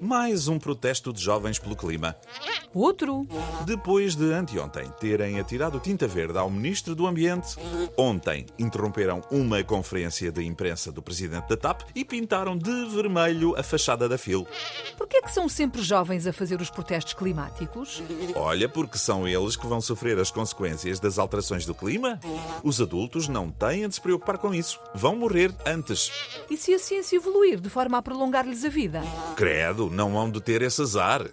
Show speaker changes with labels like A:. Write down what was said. A: Mais um protesto de jovens pelo clima.
B: Outro?
A: Depois de anteontem terem atirado tinta verde ao Ministro do Ambiente, ontem interromperam uma conferência de imprensa do Presidente da TAP e pintaram de vermelho a fachada da FIL.
B: Porquê é que são sempre jovens a fazer os protestos climáticos?
A: Olha, porque são eles que vão sofrer as consequências das alterações do clima. Os adultos não têm de se preocupar com isso. Vão morrer antes.
B: E se a ciência evoluir de forma a prolongar-lhes a vida?
A: Credo, não hão de ter esse azar.